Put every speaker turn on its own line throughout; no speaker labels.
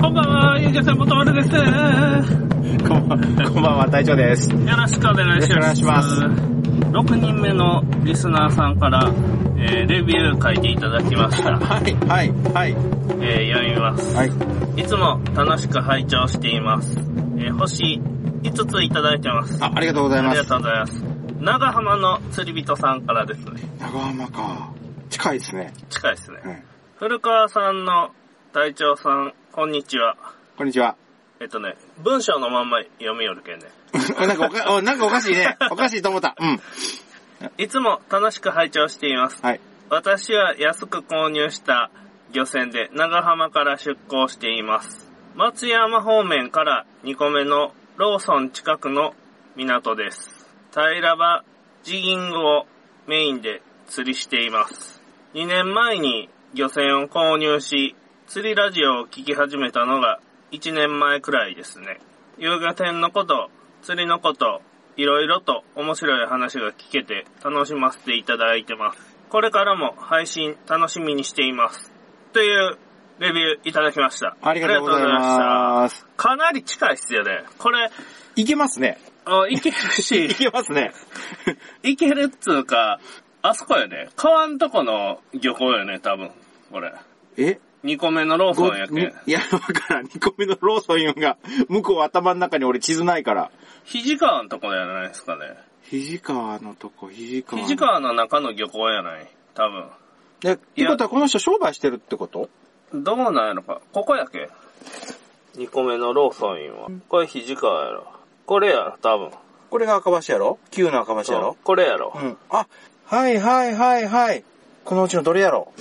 こんばんは、ゆうげさんもとまるです。よ
こんばんはこんばんは、隊長です。
ろしくお願いします。
よろしくお願いします
6人目のリスナーさんから、えーレビュー書いていただきました。
はい、はい、はい。
えー読みます。
はい。
いつも楽しく拝聴しています。えー星5ついただいてます。
あ、ありがとうござい
あ
ま
りが
す。
とうございます。長浜の釣り人さんからですね。
長浜か。近いですね。
近いですね。
うん。
古川さんの隊長さん、こんにちは。
こんにちは。
えっとね、文章のまんま読みよるけんね。
なんかおか、おなんかおかしい ね。おかしいと思った。うん。
いつも楽しく拝聴しています。
はい。
私は安く購入した漁船で長浜から出港しています。松山方面から2個目のローソン近くの港です。平場ジギングをメインで釣りしています。2年前に漁船を購入し、釣りラジオを聞き始めたのが1年前くらいですね。遊漁船のこと、釣りのこと、いろいろと面白い話が聞けて楽しませていただいてます。これからも配信楽しみにしています。というレビューいただきました。
ありがとうござい
あり
ます
がとうございました。。かなり近いっすよね。これ、
いけますね。
あいけるし
い、けますね。
いけるっつうか、あそこよね。川んとこの漁港よね、多分。これ。
え
2個目のローソ
ご
ンやけ
に
ん。
いや、わからん。2個目のローソン4が、向こう頭の中に俺地図ないから。
肘川のとこじゃないですかね。
肘川のとこ、肘川。
肘。川の中の漁港やない。多分。
え、ってことはこの人商売してるってこと
どうなんやろか。ここやけ。2個目のローソンインは。これ肘川やろ。これやろ、多分。
これが赤橋やろ旧の赤橋やろ
これやろ。
うん。あ、はいはいはいはい。このうちのどれやろ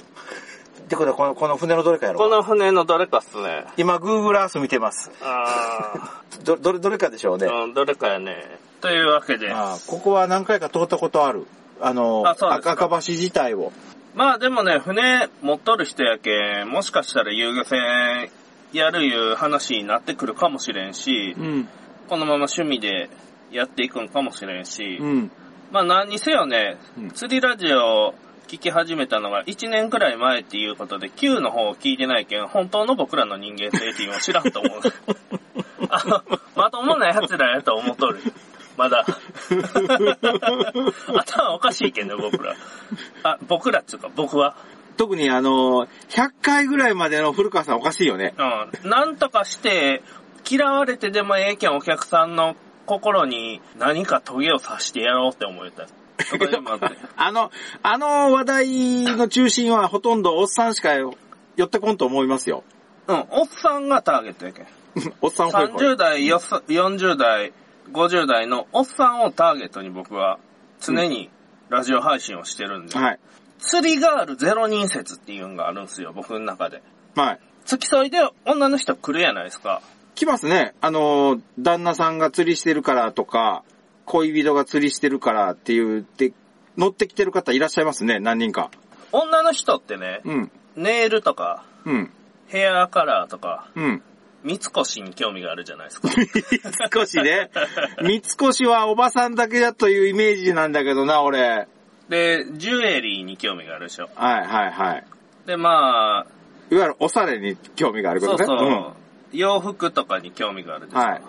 ってことはこの、この船のどれかや
こ
ろ
の船のどれかっすね。
今、Google Earth 見てます。
あ
ど、どれ、どれかでしょうね。
ー、 うん、どれかやね。というわけで。
あここは何回か通ったことある。あの、
あそうですか
赤橋自体を。
まあでもね、船持っとる人やけん、もしかしたら遊漁船やるいう話になってくるかもしれんし、
ん。
このまま趣味でやっていくんかもしれんし、
うん。
まあ何にせよね
うん、
釣りラジオを聞き始めたのが1年くらい前っていうことで、Q の方を聞いてないけん、本当の僕らの人間性っていうのを知らんと 思う。あの、まともな奴らやと思っとる。ま だ。頭おかしいけんね、僕ら。あ、僕らっつうか、僕は。
特にあの、100回ぐらいまでの古川さんおかしいよね。
うん。なんとかして、嫌われてでもええけんお客さんの心に何かトゲを刺してやろうって思えた。そこで今って。
あの、あの話題の中心はほとんどおっさんしか寄ってこんと思いますよ。
うん、おっさんがターゲットやけん。
おっさんほいほ
30
い。
代、よそ40代、50代のおっさんをターゲットに僕は常にラジオ配信をしてるんで、
はい。
釣りガールゼロ人説っていうのがあるんですよ、僕の中で。
はい。
付き添いで女の人来るやないですか。
来ますね。あの、旦那さんが釣りしてるからとか、恋人が釣りしてるからっていう、で、乗ってきてる方いらっしゃいますね、何人か。
女の人ってね、
うん。
ネイルとか、
うん。
ヘアカラーとか、
うん。
三越に興味があるじゃないですか。
三越ね。三越はおばさんだけだというイメージなんだけどな、俺。
で、ジュエリーに興味があるでしょ。
はいはいはい。
で、まあ、
いわゆるおしゃれに興味があるこ
そう
とね。
そう、洋服とかに興味があるでしょ。
はい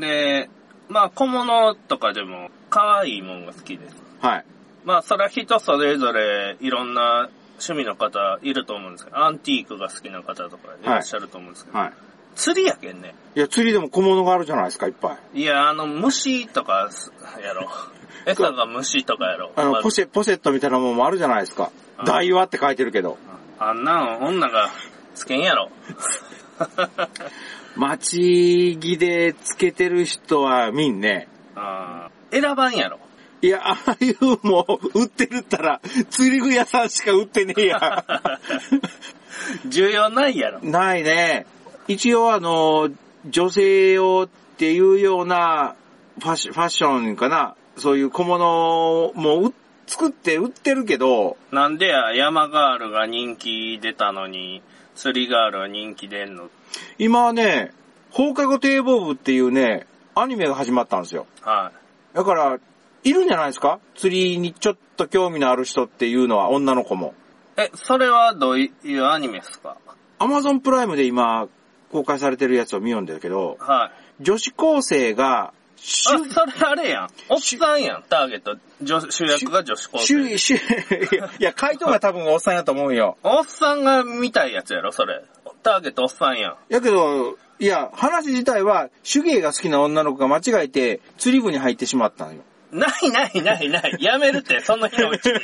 で、まあ小物とかでも可愛いもんが好きです。
ん。はい。
まあそれは人それぞれいろんな趣味の方いると思うんですけど、アンティークが好きな方とかいらっしゃると思うんですけど、
はい。
釣りやけんね。
いや、釣りでも小物があるじゃないですか、いっぱい。
いや、あの虫とかやろ。 餌が虫とかやろ。
あ
ま
の、
あ
ポシェ、ポシェットみたいなもんもあるじゃないですか
あ。ー
大和って書いてるけど。
あんなん女がつけんやろ。
街着でつけてる人は見んね。
あー選ばんやろ。
いや、ああいうもう売ってるったら、釣り具屋さんしか売ってねえや。
重要ないやろ。
ないね。一応あの、女性用っていうようなファッシファッションかな。そういう小物もう作って売ってるけど、
なんでや、山ガールが人気出たのに、釣りガールは人気出んの。
今はね、放課後堤防部っていうね、アニメが始まったんですよ。
は
だから、いるんじゃないですか釣りにちょっと興味のある人っていうのは女の子も。
い。え、それはどういうアニメですか
アマゾンプライムで今、公開されてるやつを見よんだけど、
はい。
女子高生が、主
あ、それあれやん。おっさんやん、ターゲット。女主役が女子高生。
主、主、いやいや、 回答が多分おっさんやと思うよ。
おっさんが見たいやつやろ、それ。ターゲットおっさんやん。
やけど、いや、話自体は、手芸が好きな女の子が間違えて、釣り部に入ってしまったんよ。
ないないないない。やめるって、その日のう ちに。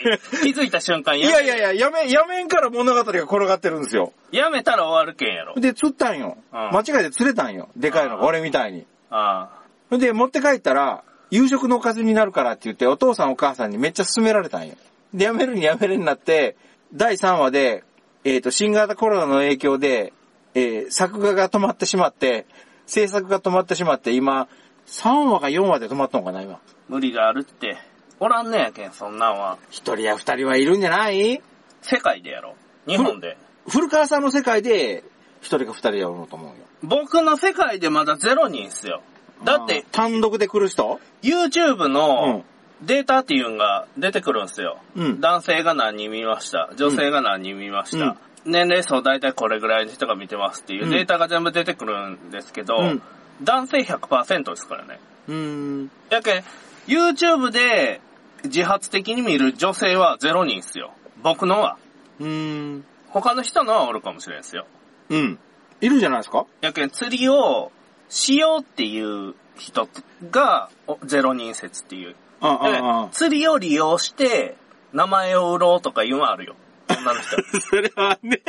気づいた瞬間
い
やめ
やいやいや、やめ、やめんから物語が転がってるんですよ。
やめたら終わるけんやろ。
で、釣ったんよ。
うん
間違えて釣れたんよ。でかいの
う
が、
ん
俺みたいに。
あ
で、持って帰ったら、夕食のおかずになるからって言って、お父さんお母さんにめっちゃ勧められたんよ。で、やめるにやめるになって、第3話で、えっ、と、新型コロナの影響で、えー作画が止まってしまって、制作が止まってしまって、今、3話か4話で止まったのかな、今。
あ、無理があるって。おらんねやけん、そんなんは。
一人や二人はいるんじゃない
世界でやろ。日本で。
古川さんの世界で、一人か二人やろうと思うよ。
僕の世界でまだゼロ人っすよ。だっ
うん
て、
単独で来る人
YouTube の
ん。
データっていうのが出てくるんすよ。
うん。
男性が何人見ました。女性が何人見ました。年齢層大体これぐらいの人が見てますっていううんデータが全部出てくるんですけど、
うん
男性100%ですからね。
うん。
やけん、YouTube で自発的に見る女性はゼロ人っすよ。僕のは。
うん。
他の人のはおるかもしれんっすよ。
うん。いるじゃないですか
やけん、釣りをしようっていう人がおゼロ人説っていう。
ああ
やけん釣りを利用して名前を売ろうとかいうのはあるよ。女の 人。
それはね、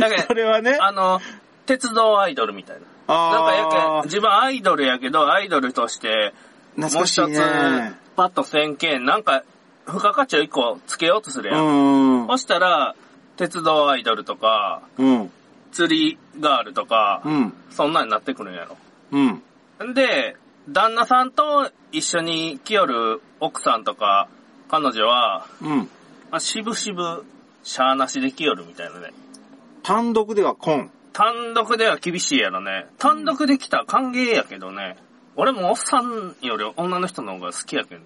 だけど
それはね、
あの、鉄道アイドルみたいな。なんかや
あ
けん、自分アイドルやけど、アイドルとして、
ー懐
もう
かしい
一つ
ね。、
パッと1000件、なんか、付加価値を一個つけようとする
う
やん。
ん。
そしたら、鉄道アイドルとか、
うん。
釣りガールとか
う、ん。
そんなんになってくるんやろ。
うん。
んで、旦那さんと一緒に来よる奥さんとか、彼女は、
うん。
まあ、しぶしぶ、しゃーなしで来よるみたいなね。
単独ではコ ン。
単独では厳しいやろね。単独できたら歓迎やけどね。俺もおっさんより女の人の方が好きやけど。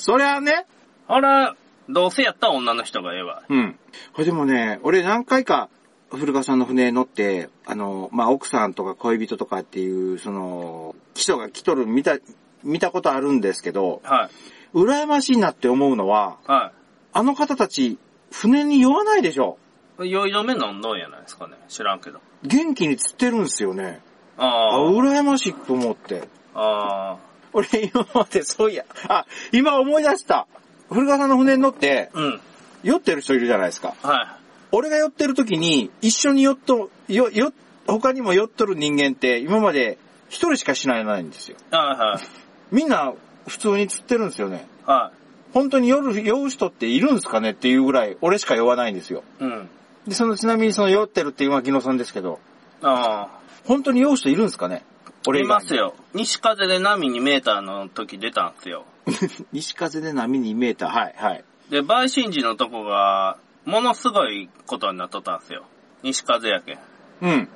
それはね、
あら、どうせやったら女の人がええわ。
うん。これでもね、俺何回か、古川さんの船乗って、あの、まあ、奥さんとか恋人とかっていう、その、人が来とる見た、見たことあるんですけど、
はい。
羨ましいなって思うのは、
は
あの方たち、船に酔わないでしょ。
い。酔い止め飲んどんやないですかね。知らんけど。
元気に釣ってるんですよね。あ、
あ
羨ましいと思って。
あ。ああ。
俺今までそういや、あ、今思い出した。古川さんの船に乗って、
うん。
酔ってる人いるじゃないですか。
は
俺が酔ってる時に、一緒に酔っと、よ、よ、他にも酔っとる人間って、今まで一人しかしないないんですよ。
い。はいはい。
みんな、普通に釣ってるんですよね。
は
本当に酔る、酔う人っているんですかねっていうぐらい、俺しか酔わないんですよ。
い。うん。
で、その、ちなみにその酔ってるっていうのは木野さんですけど、
ああ。
本当に酔う人いるんですかね俺
い
以外
ま
に
すよ。西風で波にメーターの時出たんすよ。
西風で波に見えた。はい、はい。
で、陪審時のとこが、ものすごいことになっとったんすよ。西風やけん。
うん、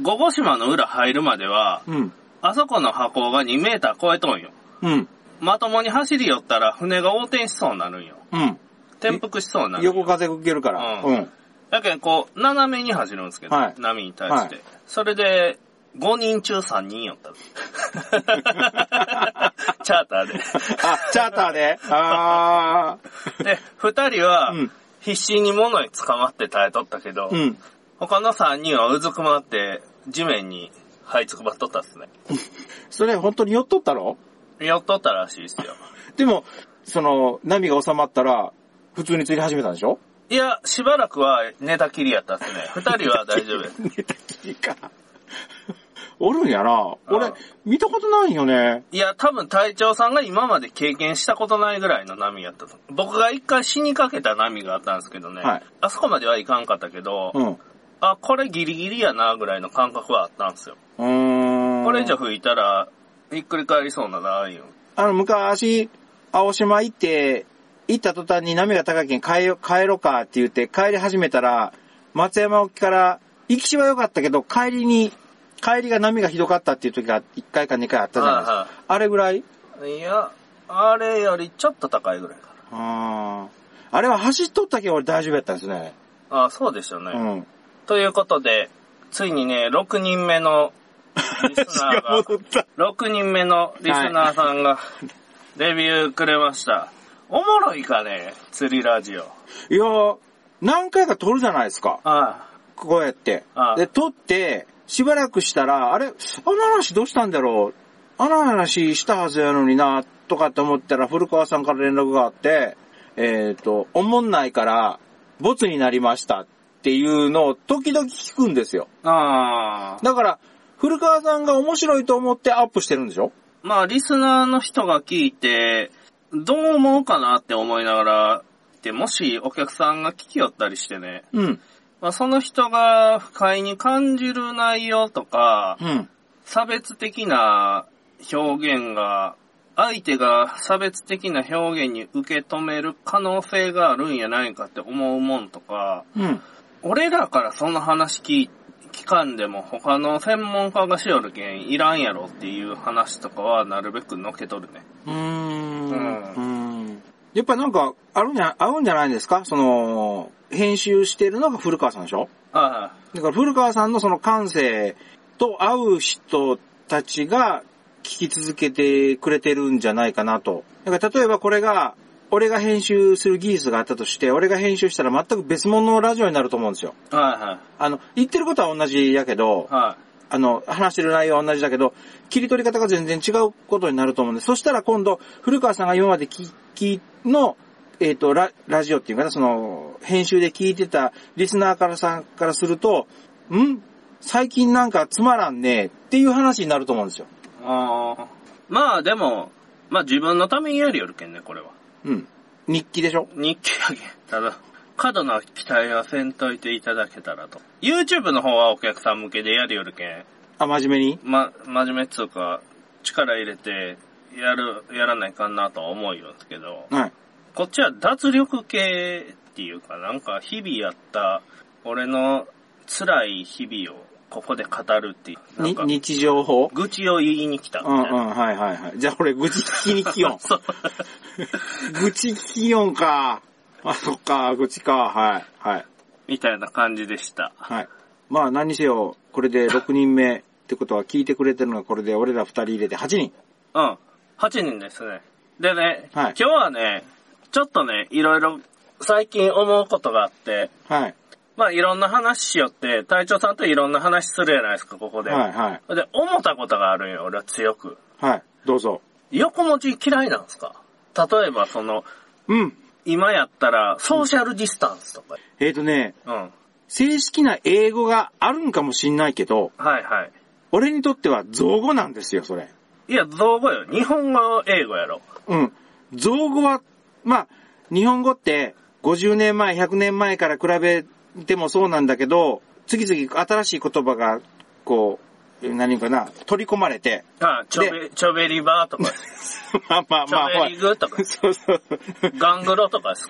五後島の裏入るまでは、
うん、
あそこの波高が2メーター超えとんよ。
うん、
まともに走り寄ったら船が横転しそうになるんよ。
うん。
転覆しそうになるんよ。
横風受けるから。
う
うんん。
だけどこう、斜めに走るんですけど、
はい
波に対して。それで、5人中3人寄 った。チャーターで。
あ、チャーターで。あ
で、2人は
ー。うん。
必死に物に捕まって耐えとったけど、
うん。
他の3人はうずくまって地面に這いつくばっとったっすね。
それ本当に酔っとったろ
寄っとったらしいですよ。
でも、その、波が収まったら、普通に釣り始めたんで しょ
いや、しばらくは寝たきりやったっすね。二人は大丈夫 です。
寝たきりか。おるんやな。
う
俺
ん、
見たことないよね。
いや、多分隊長さんが今まで経験したことないぐらいの波やったと。僕が一回死にかけた波があったんですけどね。
はい
あそこまではいかんかったけど、
うん。う
あ、これギリギリやなぐらいの感覚はあったんですよ。
ーん。
これ以上吹いたら、ひっくり返りそうななあいう。
あの、昔、青島行って、行った途端に波が高いけん帰ろ、帰ろかって言って帰り始めたら、松山沖から、行きしは良かったけど、帰りに、帰りが波がひどかったっていう時が1回か2回あったじゃないですか。
は
あれぐらい
いはい。いや、あれよりちょっと高いぐらいか
あーあれは走っとったけん俺大丈夫やったんですね。
な。あ、そうでしたね。
うん。
ということで、ついにね、6人目のリスナ ーが、
った。
6人目のリスナーさんが、レビューくれました。おもろいかね、釣りラジオ。
いやー、何回か撮るじゃないですか。
あ
こうやって
ああ。
で、撮って、しばらくしたら、あれ、あの話どうしたんだろうあの話したはずやのにな、とかって思ったら、古川さんから連絡があって、えっ、と、おもんないから、ボツになりましたっていうのを時々聞くんですよ。
あ。ああ。
だから、古川さんが面白いと思ってアップしてるんでしょ
まあ、リスナーの人が聞いて、どう思うかなって思いながら、で、もしお客さんが聞きよったりしてね、
うん。
まあ、その人が不快に感じる内容とか、
うん。
差別的な表現が、相手が差別的な表現に受け止める可能性があるんやないかって思うもんとか、
うん。
俺らからその話聞い聞かんでも他の専門家がしよるけんいらんやろっていう話とかはなるべくのけとるね。
うー
うん
んうんやっぱなんか、あるんじゃ、合うんじゃないですかその、編集してるのが古川さんでしょ
あ
だから古川さんのその感性と合う人たちが聞き続けてくれてるんじゃないかなと。だから例えばこれが、俺が編集する技術があったとして、俺が編集したら全く別物のラジオになると思うんですよ。
あ、はいはい。
あの、言ってることは同じやけど、
は
あの、話してる内容は同じだけど、切り取り方が全然違うことになると思うんで、そしたら今度、古川さんが今まで聞きの、えっ、とラ、ラジオっていうかな、その、編集で聞いてたリスナーからさんからすると、ん最近なんかつまらんねっていう話になると思うんですよ。
い。ああ。まあでも、まあ自分のためにやりよるけんね、これは。
うん。日記でしょ
日記やけん。ただ、過度な期待はせんといていただけたらと。YouTube の方はお客さん向けでやりよるけん。
あ、真面目に
ま、真面目っつうか、力入れて、やる、やらないかなとは思うよんですけど、
はい。
こっちは脱力系っていうか、なんか日々やった、俺の辛い日々をここで語るっていう、なん
に
か、
日常法
愚痴を言いに来たみ
うん
た
う
いな。
ん、はいはいはい。じゃあ俺、愚痴聞きに来よ ん。
そう。
愚痴聞きよんか。あ、そっか、愚痴か。はい。はい。
みたいな感じでした。
はい。まあ何にせよ、これ で6人目ってことは聞いてくれてるのがこれで俺ら2人入れて8人。
うん。8人ですね。でね、
は
今
い
日はね、ちょっとね、いろいろ最近思うことがあって、
はい。
まあいろんな話しよって、隊長さんといろんな話するじゃないですか、ここで。
はい、はい。
で、思ったことがあるんよ、俺は強く。
はい。どうぞ。
横文字嫌いなんですか例えばその、
うん。
今やったら、ソーシャルディスタンスとか。
えっ、とね、
うん。
正式な英語があるんかもしんないけど、
はいはい。
俺にとっては造語なんですよ、それ。
いや、造語よ。日本語、英語やろ。
うん。造語は、まあ、日本語って50年前、100年前から比べてもそうなんだけど、次々新しい言葉が、こう、何かな、取り込まれて、
あ、ちょべ、ちょべりバーとか、
まあ まあ
ち
まあ、ほ
ょ
ら
べりグとか、
そうそう。
ガングロ とかです。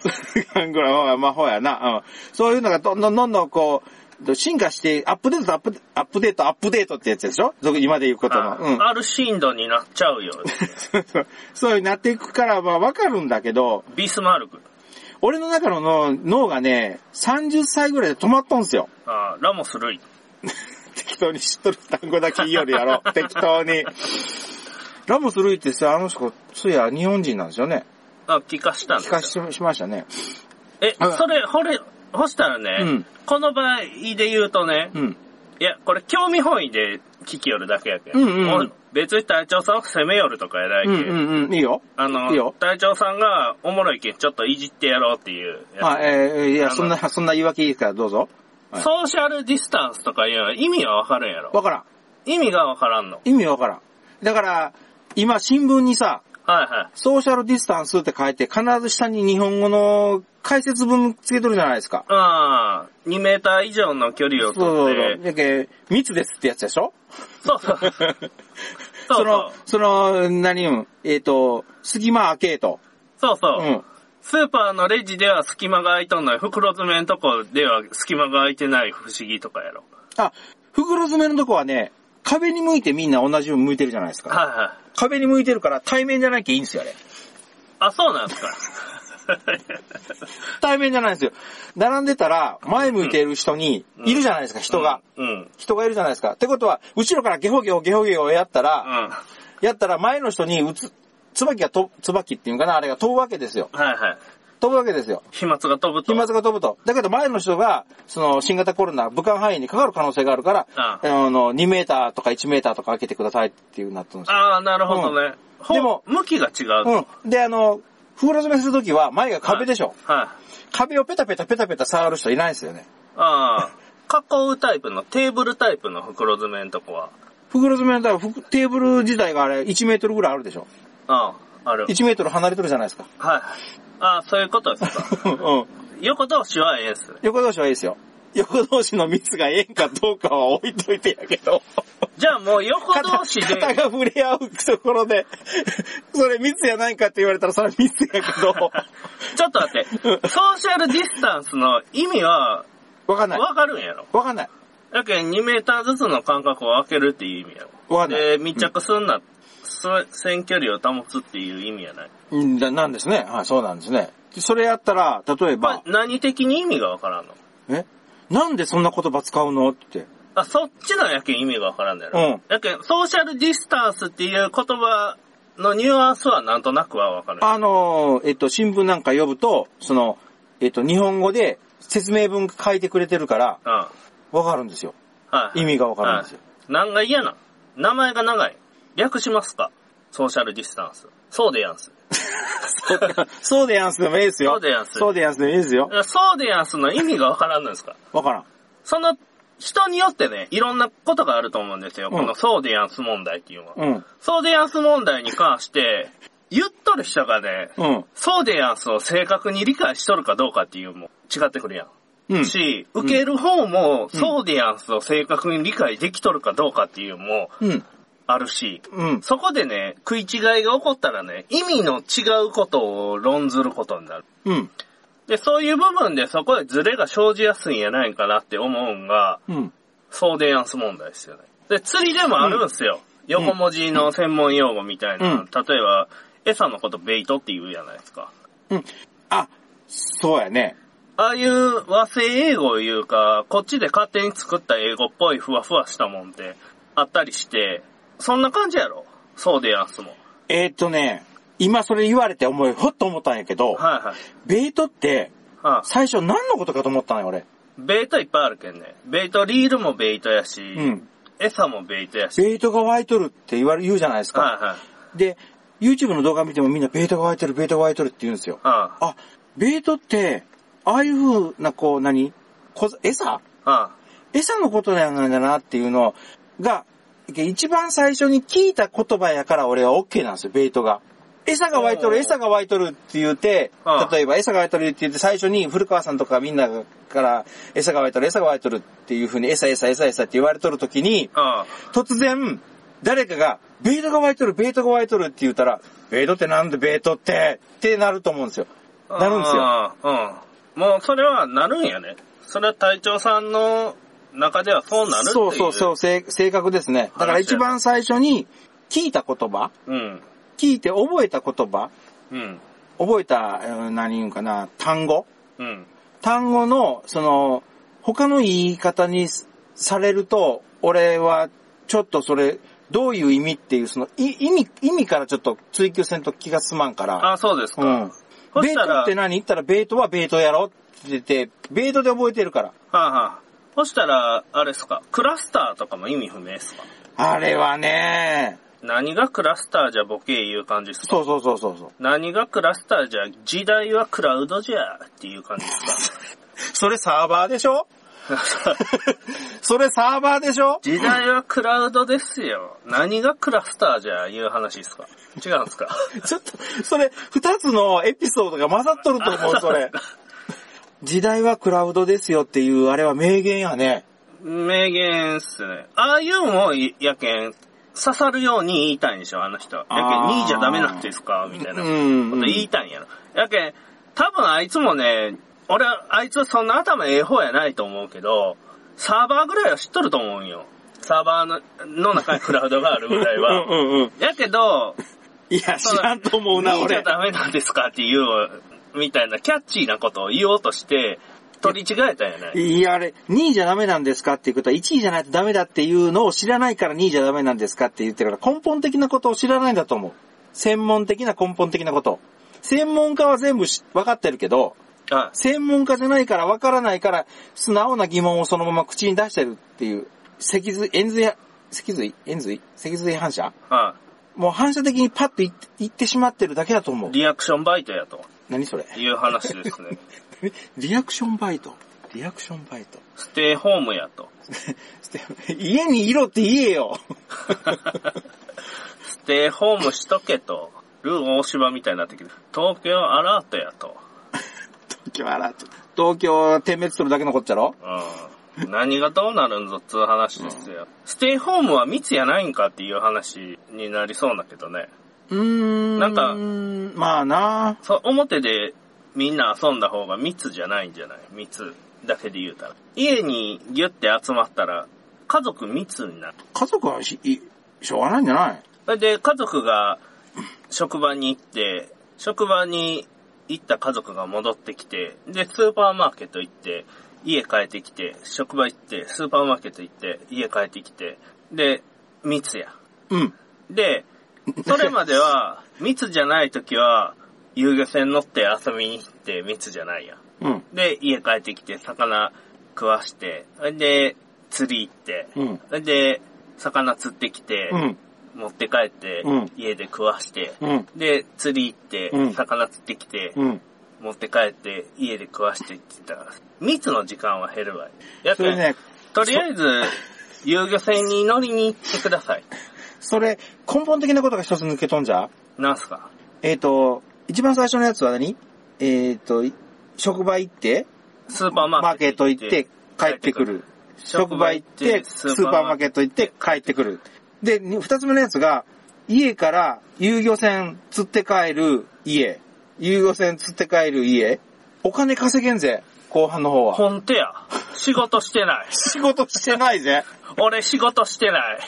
ぐらいは魔法やな。うん。そういうのがどんどんどんどんこう、進化して、アップデート、アップ、アップデート、アップデートってやつでしょ今で言うことの。うん。
あるシンドになっちゃうよ。
そういうなっていくからはわかるんだけど、
ビスマルク。
俺の中の脳脳がね、30歳ぐらいで止まっとんすよ。
あラモス・ルイ。
適当に知っとる単語だけ言いよる やろ。適当に。ラモス・ルイってさ、あの人、そういや、日本人なんですよね。
あ、聞かしたんで
聞
すよ
かししましたね。
え、
うん
それ、ほれ、ほしたらね、
うん
この場合で言うとね、
うん。
いや、これ興味本位で聞きよるだけやけ
うんうんうん
も別に隊長さんを責めよるとかやないけ、
うんんうんうん。いいよ。
あの
いいよ
隊長さんがおもろいけんちょっといじってやろうっていうやつ
あ、えーい
あ
や、
の
そんな、そんな言い訳いいからどうぞ。はい
ソーシャルディスタンスとかいうのは意味はわかるんやろ
わからん。
意味がわからんの。
意味わからん。だから、今新聞にさ、
はいはい。
ソーシャルディスタンスって書いて、必ず下に日本語の解説文つけとるじゃないですか。
ああ、2メーター以上の距離
そ
を
うそう
取
そう。
って、
だけ密ですってやつでしょ
そうそう。そうそう。
の、その、何うん、えっ、と、隙間開けと。
そうそうう。
ん。
スーパーのレジでは隙間が空いとんのに、袋詰めんとこでは隙間が空いてない不思議とかやろ。
あ、袋詰めのとこはね、壁に向いてみんな同じように向いてるじゃないですか。
はいはい。
壁に向いてるから対面じゃなきゃいいんですよ、あれ。
あ、そうなんですか。
対面じゃないんですよ。並んでたら、前向いている人に、いるじゃないですか、人が。
うん。うん。
人がいるじゃないですか。ってことは、後ろからゲホゲホゲホゲホやったら、
は
やったら前の人に打つ、椿がと、椿っていうんかな、あれが飛ぶわけですよ。
いはい。
飛ぶわけですよ。
飛沫が飛ぶと。
飛沫が飛ぶと。だけど前の人が、その、新型コロナ、武漢肺炎にかかる可能性があるから、
あ
の、2メーターとか1メーターとか開けてくださいっていうなってるんですよ。
ああ、なるほどね。ほ
でも
向きが違う。はい。
うん。で、あの、風呂詰めするときは前が壁でしょ。
あ
壁をペタペタペタペタ触る人いないですよね。
あー。囲うタイプの、テーブルタイプの袋詰めのとこは。
袋詰めのだからテーブル自体があれ1メートルぐらいあるでしょ。
ああ、ある。
1メートル離れてるじゃないですか。
はい。ああ、そういうことです か。
うん。
横同士はええっすね。
横同士はいいですよ。横同士の密がええんかどうかは置いといてやけど。
じゃあもう横同士で、
肩が触れ合うところで、それ密やないかって言われたらそれは密やけど。
ちょっと待って、ソーシャルディスタンスの意味は
わかんない。
わかるんやろ。
わかんない。
だけど2メーターずつの間隔を空けるっていう意味や
わ
ろ。
かんない
で、密着すんな、そ線距離を保つっていう意味やない。
うんだなんですね。はい、そうなんですね。それやったら、例えば
まあ、、何的に意味がわからんの
えなんでそんな言葉使うのって。
あ、そっちのやけん意味がわからんのやろ。
うん
やけん、ソーシャルディスタンスっていう言葉のニュアンスはなんとなくはわかる。
あのー、えっと、新聞なんか読むと、その、えっと、日本語で説明文書いてくれてるから、
うん。はい
わかるんですよ。
はい。
意味がわかるんですよ。
なんが嫌な名前が長い。略しますかソーシャルディスタンス。そうでやんす。
そうでやんすでもいいですよ。
そうでやんす
そうでやんすでもいいですよ
だ。からそうでやんすの意味がわからんのですか
わからん。
その人によってね、いろんなことがあると思うんですよ。
うん
このそうでやんす問題っていうのは。
うん。
そうでやんす問題に関して、言っとる人がね、
うん。
そうでやんすを正確に理解しとるかどうかっていうのも違ってくるやん。
うん。
し、受ける方も、そうでやんすを正確に理解できとるかどうかっていうのも
うん。
あるし、
うん。
そこでね、食い違いが起こったらね、意味の違うことを論ずることになる。
うん。
で、そういう部分でそこでズレが生じやすいんやないかなって思うんが、
うん。
送電アンス問題ですよね。で、釣りでもあるんすよ。横文字の専門用語みたいな。
うん
例えば、餌のことベイトって言うじゃないですか。
うん。あ、そうやね。
ああいう和製英語いうか、こっちで勝手に作った英語っぽいふわふわしたもんってあったりして、そんな感じやろ。そうでやんすも。
えーっとね、今それ言われて思い、ほっと思ったんやけど、
はいはい。
ベイトって、
はあ、
最初何のことかと思ったんよ、俺。
ベイトいっぱいあるけんね。ベイトリールもベイトやし、
うん。
餌もベイトやし。
ベイトが湧いとるって言われ、言うじゃないですか。
はいはい。
で、YouTube の動画見てもみんなベイトが湧いてる、ベイトが湧いてるって言うんですよ。
は
あ、ベイトって、ああいう風な、こう、何こ餌
あ、は
餌のことなんだなっていうのが、一番最初に聞いた言葉やから俺は OK なんですよ、ベイトが。餌が湧いとる、
おー
餌が湧いとるって言うて
うん、
例えば餌が湧いとるって言って最初に古川さんとかみんなから餌が湧いとる、餌が湧いとるっていう風に餌餌餌餌って言われとる時に、
あ、
突然誰かがベイトが湧いとる、ベイトが湧いとるって言ったら、ベイトってなんでベイトってってなると思うんですよ。
ああ。
なるんですよ
うん。もうそれはなるんやね。それは隊長さんの中ではそうなるっていう。
そうそうそう、正正確ですね。だから一番最初に聞いた言葉
う。うん。
聞いて覚えた言葉、
うん。
覚えた、えー何言うんかな、単語
うん。
単語の、その、他の言い方にすされると、俺は、ちょっとそれ、どういう意味っていう、その、い意味、意味からちょっと追求せんと気が済まんから。
あ、そうです
う
か。
ん。
そ
ベ
し
ー
た
ト
ら
って何言ったら、ベートはベートやろって言って、ベートで覚えてるから。
はあ、はあ、そしたら、あれっすか。クラスターとかも意味不明っすか。
あれはね、
何がクラスターじゃボケいう感じっすか。
そうそうそうそうそう。
何がクラスターじゃ、時代はクラウドじゃっていう感じですか。
それサーバーでしょ それサーバーでしょ
時代はクラウドですよ。何がクラスターじゃいう話ですか違うんです か
ちょっと、それ、二つのエピソードが混ざっとると思う、そ れ。時代はクラウドですよっていう、あれは名言やね。
名言っすね。ああいうのをいやけん、刺さるように言いたいんでしょ、あの人は。やけん、
あー
2位じゃダメなんですかみたいなこ
う
と
ん
言いたいんやろ。やけん、多分あいつもね、俺は、あいつそんな頭ええ方やないと思うけど、サーバーぐらいは知っとると思うんよ。サーバーのの中にクラウドがあるぐらい は。
んうんうん。
やけど、
いや、知らんと思うな、
2位じ
俺
ゃ。ダメなんですかっていうみたいなキャッチーなことを言おうとして、取り違えたんやない。
いや、あれ、2位じゃダメなんですかっていうことは、1位じゃないとダメだっていうのを知らないから2位じゃダメなんですかって言ってるから、根本的なことを知らないんだと思う。専門的な根本的なこと。専門家は全部し分かってるけど、
あ、
専門家じゃないから分からないから、素直な疑問をそのまま口に出してるっていう、脊髄、円髄、脊髄、円髄脊髫髄反射
あ、
もう反射的にパッと言って言ってしまってるだけだと思う。
リアクションバイトやと
何それ
いう話です ね。
えリアクションバイト。リアクションバイト。
ステイホームやと。
家にいろって言えよ。
ステイホームしとけと。ルー大芝みたいになってきて、東京アラートやと。
東京東京点滅するだけのこっちゃろ
うん。何がどうなるんぞっつう話ですよ。ステイホームは密やないんかっていう話になりそうだけどね。
うーん。
なんか
まあな
そう、表でみんな遊んだ方が密じゃないんじゃない密だけで言うたら。家にギュって集まったら、家族密になる。
家族はし、いしょうがないんじゃない
それで家族が職場に行って、職場に行った家族が戻ってきて、で、スーパーマーケット行って、家帰ってきて、職場行って、スーパーマーケット行って、家帰ってきて、で、密や。
うん。
で、それまでは、密じゃない時は、遊漁船乗って遊びに行って密じゃないや。
うん。
で、家帰ってきて魚食わして、で、釣り行って、
うん。
で、魚釣ってきて、
うん。
持って帰って、
うん
家で食わして、
うん。
で、釣り行って、
うん
魚釣ってきて、
うん。
持って帰って、家で食わしてって言ったら、密の時間は減るわよ。やっ
そ
て、
れね、
とりあえず、遊漁船に乗りに行ってください。
それ、根本的なことが一つ抜けとんじゃ
なんすか
えっ、と、一番最初のやつは何えっ、と、い職場行って、
スーパーマ
マ
ーケ
ーケ
ッ
ッ
ト
ト
行
行
っ
ってて、帰ってくる。職場行って、スーパーマーケ
ッ
ット行って、帰ってくる。で、に二つ目のやつが、家から遊漁船釣って帰る家。遊漁船釣って帰る家。お金稼げんぜ、後半の方は。
ほんとや。仕事してない。
仕事してないぜ。
俺仕事してない。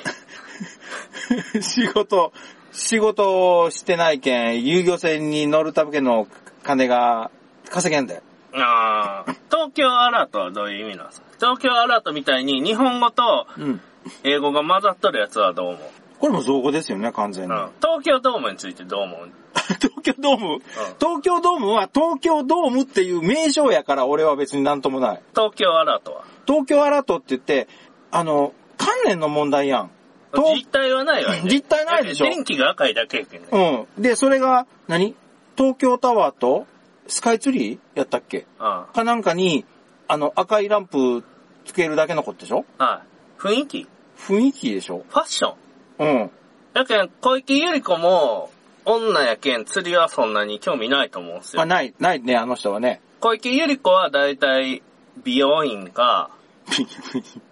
仕事、仕事をしてないけん、遊漁船に乗るための金が稼げんだよ。
あー東京アラートはどういう意味なんですか東京アラートみたいに日本語と
うん。
英語が混ざっとるやつはどう思う、
これも造語ですよね、完全に。
東京ドームについてどう思う
東京ドーム、東京ドームは東京ドームっていう名称やから俺は別になんともない。
東京アラートは
東京アラートって言って、あの、関連の問題やん。と
実体はないわよね。
実体ないでしょ
だって電気が赤いだけやけんね。
うん。で、それが、何東京タワーとスカイツリーやったっけ
あ
かなんかに、あの、赤いランプつけるだけのことでしょ
ああ雰囲気フ
雰囲気でしょ
ァッション
うん。
だけど、小池百合子も、女やけん釣りはそんなに興味ないと思うんです
まあ、
よ。
ない、ないね、あの人はね。
小池百合子はだいたい美容院か、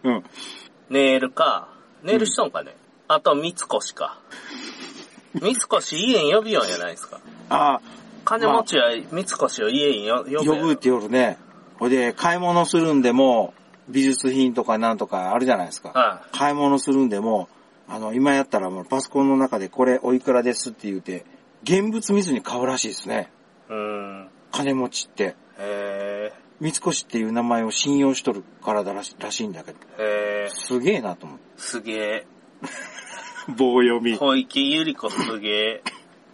うん。
ネイルか、ネイルしとんかね。あと、三越か。 三越家に呼びよんやないですか。
あ
金持ちは三越を家によ呼ぶ
あ、
や
呼
ろ
ぶって夜ね。ほいで、買い物するんでも、美術品とかなんとかあるじゃないですか。
ああ
買い物するんでも、あの、今やったらもうパソコンの中でこれおいくらですって言うて、現物見ずに買うらしいですね。
うーん。
金持ちって。
へ
三越っていう名前を信用しとるからだらしらしいんだけど。
え、へえ、
すげえなと思う。
すげ
棒読
え。
み。
小池百合子すげえ。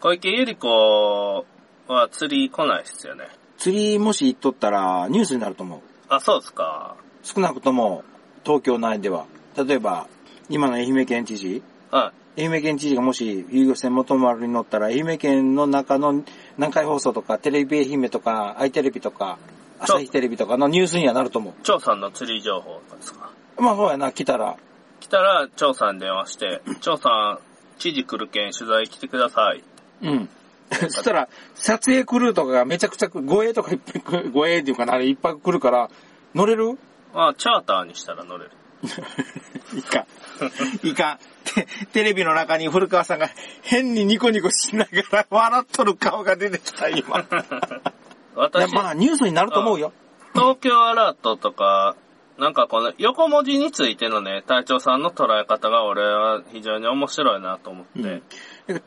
小池百合子は釣り来ないっすよね。
釣りもし行っとったらニュースになると思う。
あ、そうですか。
少なくとも東京内では。例えば、今の愛媛県知事、
は
愛媛県知事がもし遊漁船元丸に乗ったら、愛媛県の中の南海放送とか、テレビ愛媛とか、アイテレビとか、朝日テレビとかのニュースにはなると思
い。張さんの釣り情報ですか。
う。まあ、ほうやな、来たら。
来たら、張さんに電話して、張さん、知事来るけん取材来てください。
うん。そしたら、撮影クルーとかがめちゃくちゃ、護衛とかいっぱい来る、護衛っていうかな、あれいっぱい来るから、乗れる
まあ、チャーターにしたら乗れる。
いかん。いかん。てテレビの中に古川さんが変にニコニコしながら笑っとる顔が出てきた、 今。
私、
まあ、ニュースになると思うよ。
東京アラートとか、なんかこの横文字についてのね、隊長さんの捉え方が俺は非常に面白いなと思って。
うん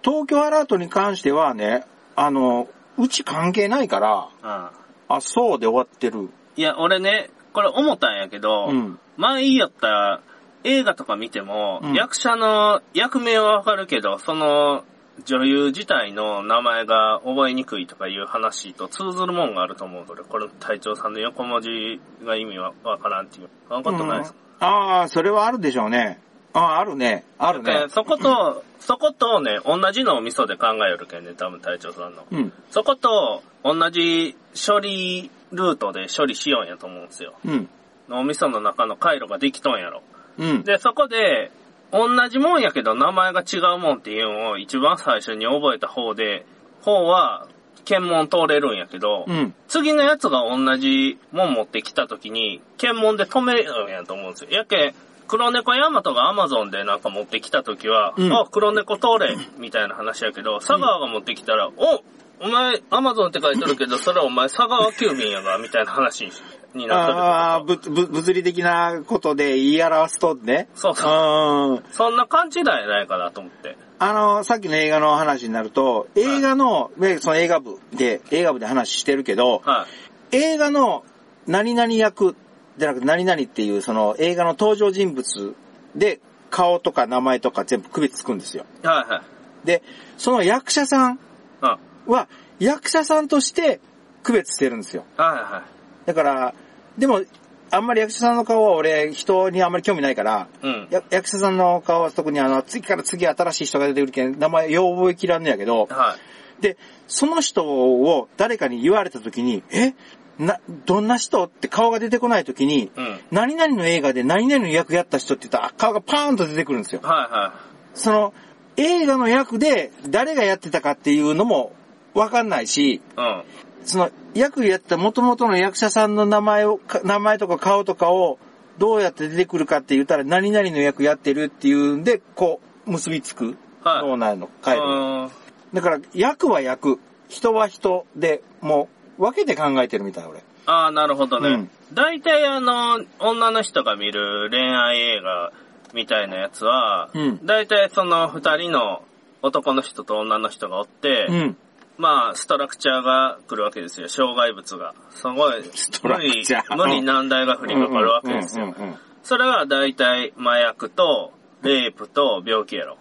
東京アラートに関してはね、あの、うち関係ないから、
うん。
あ、そうで終わってる。
いや、俺ね、これ思ったんやけど、
うん。
前言いよったら、映画とか見ても、
うん
役者の役名はわかるけど、その女優自体の名前が覚えにくいとかいう話と通ずるもんがあると思うので、これ隊長さんの横文字が意味はわからんっていう。わかんことないですか、
うんああ、それはあるでしょうね。ああ、あるね。あるね
で。そこと、そことね、同じのを味噌で考えるけんね、多分隊長さんの。
うん。
そこと、同じ処理ルートで処理しようんやと思うんですよ。
うん。
脳みその中の回路ができとんやろ。
うん。
で、そこで、同じもんやけど名前が違うもんっていうのを一番最初に覚えた方で、方は検問通れるんやけど、
うん。
次のやつが同じもん持ってきた時に、検問で止めるんやと思うんですよ。やけ、黒猫ヤマトがアマゾンでなんか持ってきた時は、
うん
あ、黒猫通れ、みたいな話やけど、佐川が持ってきたら、おお前、アマゾンって書いてるけど、それお前、佐川急便やが、みたいな話になったりと
ああ、
か。
ぶ、ぶ、物理的なことで言い表すとね。
そうそう。
うん。
そんな感じなんやないかなと思って。
あの、さっきの映画の話になると、映画の、ねその映画部で、映画部で話してるけど、
はい。
映画の何々役じゃなくて何々っていうその映画の登場人物で顔とか名前とか全部区別つくんですよ。
はいはい。
で、その役者さん
うん。はい
は役者さんとして区別してるんですよ。
は
だから、でも、あんまり役者さんの顔は俺人にあんまり興味ないから、
い。うん。
や役者さんの顔は特にあの、次から次新しい人が出てくるけん、名前よう覚えきらんねやけど、
はい。
で、その人を誰かに言われた時に、えな、どんな人って顔が出てこない時に、
うん。
何々の映画で何々の役やった人って言ったら顔がパーンと出てくるんですよ。
はいは
その、映画の役で誰がやってたかっていうのもわかんないし、
い。うん。
その役やってた元々の役者さんの名前を、か名前とか顔とかをどうやって出てくるかって言ったら何々の役やってるっていうんで、こう、結びつく。
はい。
脳内の回路が
うん。
だから、役は役、人は人で、もう、分けて考えてるみたい、俺。
ああ、なるほど
う
ね
ん。
大体、あの、女の人が見る恋愛映画みたいなやつは、
うん
大体その二人の男の人と女の人がおって、
うん。
まあ、ストラクチャーが来るわけですよ。障害物が。すごい、
ト
無
ラ
理
クチャー、
無理難題が降りかかるわけですよ。
うんうんうん うん
それは大体麻薬と、レイプと病気やろ。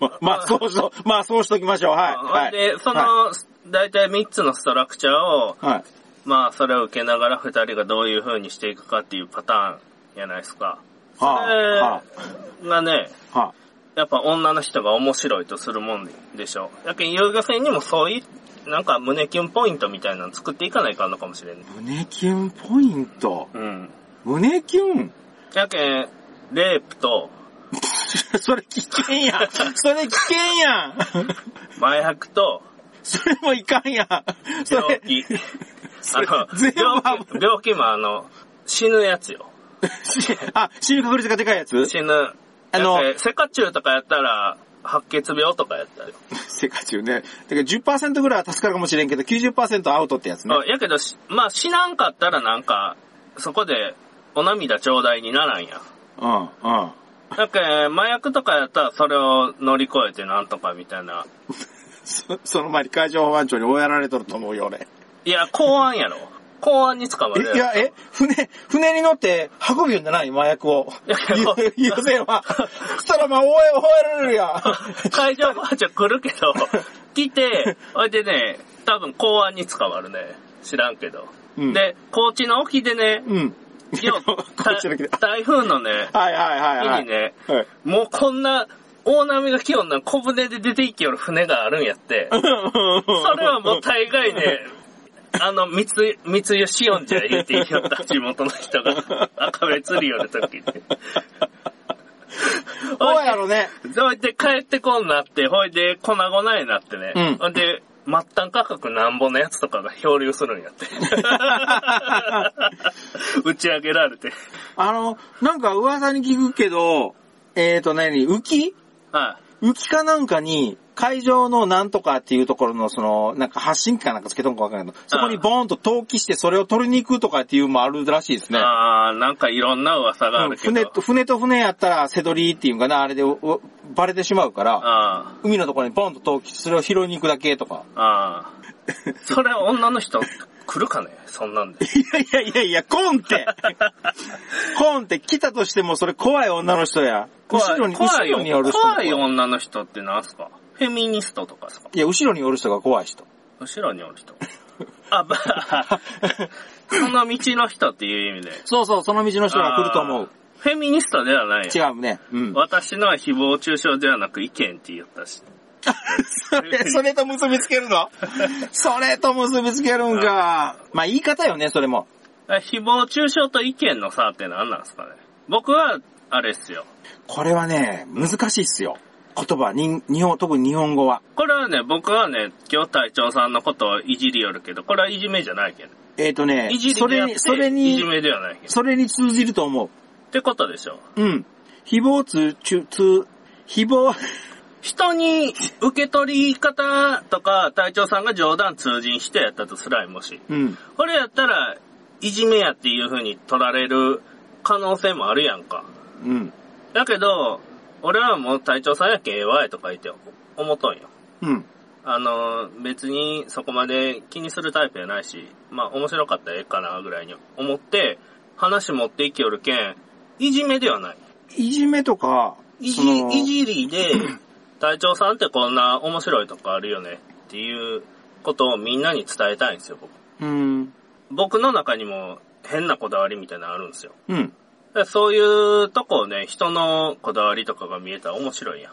ままあ、そう しと、まあ、そうしときましょう。はい。はい。
で、そ
は
の、大体3つのストラクチャーを、
い、はい。
まあ、それを受けながら2人がどういう風にしていくかっていうパターンやないですか。そ
は
れ
あ、は
がね、
あ、はあ。
やっぱ女の人が面白いとするもんでしょ。やけん、遊漁船にもそういう、なんか胸キュンポイントみたいなの作っていかないかんのかもしれんね。
胸キュンポイント。
うん。
胸キュン
やけん、レイプと、
それ危険や ん。それ危険やん。
麻薬と、
それもいかんやん。そ
病
れ、
気。
そ
あ
れ
の、
全部
病気、病気もあの、死ぬやつよ。
あ、死ぬ確率がでかいやつ
死ぬ。あ
あの
の、セカチュウとかやったら、白血病とかやったよ。
世界中ね。だから10%ぐらいは助かるかもしれんけど、90%アウトってやつね。
あやけどし、まあ死なんかったらなんか、そこで、お涙ちょうだいにならんやん。
うん、うん。
だっけ、麻薬とかやったらそれを乗り越えてなんとかみたいな。
そ その前に海上保安庁に追いやられとると思うよ、俺。
いや、公安やろ。公安に捕まる
え、い
や
や、え、船、船に乗って運びよんじゃない麻薬を。
いやいや
ゆ優 先は。そしたらまあ、追え、追えられるやん。
ろ。海上保安庁来るけど、来て、ほいでね、多分公安に捕まるね。知らんけど。
うん
で、高知の沖でね、
うん。
要は
こっちの来て。
台風のね、
はいはいはいは
日
い。
にね、
はい
もうこんな大波が来よんな小舟で出て行きよる船があるんやって、それは もう大概ね、あの、密輸、密輸しよんじゃ言うて言いよった、地元の人が。赤目釣りよる時に。
そうやろね。
ほいで帰ってこんなって、ほいで粉々になってね、
うん
ほいで末端価格なんぼのやつとかが漂流するんや って。打ち上げられて。
あの、なんか噂に聞くけど、えーと何、浮き
は
浮きかなんかに、海上のなんとかっていうところの、その、なんか発信機かなんかつけとんかわかんないけど、そこにボーンと投棄してそれを取りに行くとかっていうのもあるらしいです
い。
ね。
ああ、なんかいろんな噂があ
うん
るけど。
船と、船と船やったら、セドリーっていうんかな、あれでおおバレてしまうから、
あ
海のところにポンと投棄してそれを拾いに行くだけとか。
あ、ああ。それ女の人来るかねそんなんで。
いやいやいやいや、コン って。コンって来たとしてもそれ怖い女の人や。後ろに、後
怖い
ろにおる人も
怖い女の人ってなんすかフェミニストとかですか
いや、後ろにおる人が怖い人。
後ろにおる 人。あ、ば、その道の人っていう意味で。
そうそう、その道の人が来ると思
あー
う。。
フェミニストではないよ。
違うね。うん。
私のは誹謗中傷ではなく意見って言ったし。
それ、 それと結びつけ るのそれと結びつけるんか。まあ言い方よね、それも。
あ誹謗中傷と意見の差って何なんですかね僕は、あれっすよ。
これはね、難しいっすよ。言葉、に、日本、特に日本語は。
これはね、僕はね、今日隊長さんのことをいじりよるけど、これはいじめじゃないけど。
えっ、とね
いじ、り
そ
であ
れ
って
に、それ
いじ
に、
めではないけど。
それに通じると思う。
ってことでしょ。
うん。誹謗中、中、通、誹謗、
人に受け取り方とか、隊長さんが冗談通じんしてやったとすらいもし。
うん。
これやったら、いじめやっていう風に取られる可能性もあるやんか。
うん。
だけど、俺はもう隊長さんやけええわいとか言って思っとんよ。
うん。
あの、別にそこまで気にするタイプやないし、まあ面白かったらええかなぐらいに思って、話持っていきよるけん、いじめではない。
いじめとか、
い
そ
じ、
の
いじり で、隊長さんってこんな面白いとこあるよねっていうことをみんなに伝えたいんですよ、僕。
うん。
僕の中にも変なこだわりみたいなのあるんですよ。
うん。
だからそういうとこをね、人のこだわりとかが見えたら面白 いやん。
い